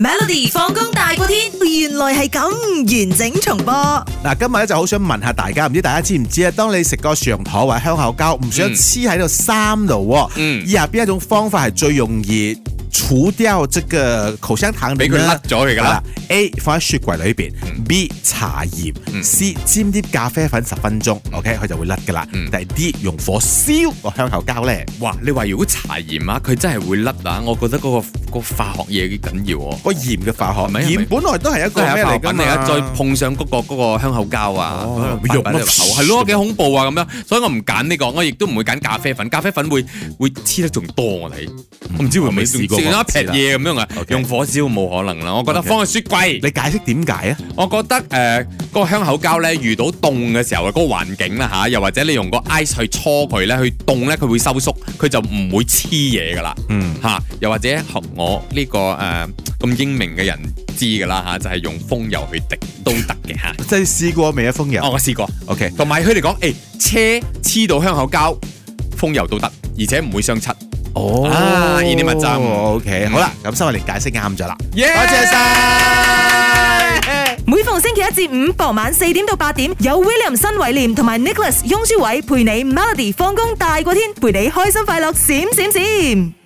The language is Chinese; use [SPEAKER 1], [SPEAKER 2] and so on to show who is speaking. [SPEAKER 1] Melody 放工大過天，原來係咁完整重播。
[SPEAKER 2] 嗱，今日咧就好想問下大家，唔知大家知唔知咧？啊當你食個上台或者香口膠，唔想
[SPEAKER 3] 嗯
[SPEAKER 2] 黐喺度三度喎，
[SPEAKER 3] 嗯
[SPEAKER 2] 以下邊一種方法係最容易除掉這個口香糖的
[SPEAKER 3] 俾
[SPEAKER 2] 呢？
[SPEAKER 3] 佢甩咗佢㗎
[SPEAKER 2] 係
[SPEAKER 3] 啦
[SPEAKER 2] 啦，A 放喺雪櫃裏邊，B 搽鹽
[SPEAKER 3] 嗯
[SPEAKER 2] ，C 沾啲咖啡粉十分鐘，OK 佢就會甩㗎啦
[SPEAKER 3] 嗯。
[SPEAKER 2] 但係 D 用火燒個香口膠咧，
[SPEAKER 3] 哇！你話如果搽鹽啊，佢真係會甩啊！我覺得嗰、個嗰個化學嘢幾緊要喎、
[SPEAKER 2] 個鹽嘅化學
[SPEAKER 3] 咪
[SPEAKER 2] 鹽本來都係一
[SPEAKER 3] 都
[SPEAKER 2] 個
[SPEAKER 3] 係
[SPEAKER 2] 咩
[SPEAKER 3] 一
[SPEAKER 2] 嚟
[SPEAKER 3] 化學
[SPEAKER 2] 㗎
[SPEAKER 3] 品嚟啊！
[SPEAKER 2] 嘛，
[SPEAKER 3] 再碰上嗰、個嗰個香口膠啊，
[SPEAKER 2] 哦
[SPEAKER 3] 嗰個
[SPEAKER 2] 肉
[SPEAKER 3] 品品嚟
[SPEAKER 2] 啊
[SPEAKER 3] 嘔係咯，幾恐怖啊咁樣，所以我唔揀呢個，我亦都唔會揀咖啡粉，咖啡粉會會黐得仲多我哋，我唔知會唔
[SPEAKER 2] 嗯我未
[SPEAKER 3] 會
[SPEAKER 2] 試
[SPEAKER 3] 食
[SPEAKER 2] 過
[SPEAKER 3] 咗
[SPEAKER 2] 我唔
[SPEAKER 3] 一
[SPEAKER 2] 知
[SPEAKER 3] 撇
[SPEAKER 2] 啦
[SPEAKER 3] 嘢咁樣啊
[SPEAKER 2] OK，
[SPEAKER 3] 用火燒冇可能啦，我覺得
[SPEAKER 2] OK
[SPEAKER 3] 放喺雪櫃。
[SPEAKER 2] 你解釋點解啊？
[SPEAKER 3] 我覺得誒、呃個香口膠咧，遇到凍嘅時候嘅嗰個環境啦嚇、又或者你用個 ice 去搓佢咧，去凍咧，佢會收縮，佢就唔會黐嘢噶啦
[SPEAKER 2] 嗯。
[SPEAKER 3] 嚇。又或者學我呢、個呃誒咁、英明嘅人知噶啦嚇，就係、用風油去滴都得嘅 嚇。
[SPEAKER 2] 即係試過未啊？風
[SPEAKER 3] 哦，
[SPEAKER 2] 油
[SPEAKER 3] 我試過，
[SPEAKER 2] ，OK。
[SPEAKER 3] 同埋佢哋講誒車黐到香口膠，風油都得，而且唔會相漆。
[SPEAKER 2] 哦
[SPEAKER 3] 啊呢啲咪真
[SPEAKER 2] O K，
[SPEAKER 3] 嗯
[SPEAKER 2] 好啦，咁新慧玲解釋啱咗啦，
[SPEAKER 3] 耶
[SPEAKER 2] 多謝晒。
[SPEAKER 1] 每逢星期一至五傍晚四點到八點，有 William 新偉廉同埋 Nicholas 雍舒偉陪你 Melody 放工大過天，陪你開心快樂閃閃閃。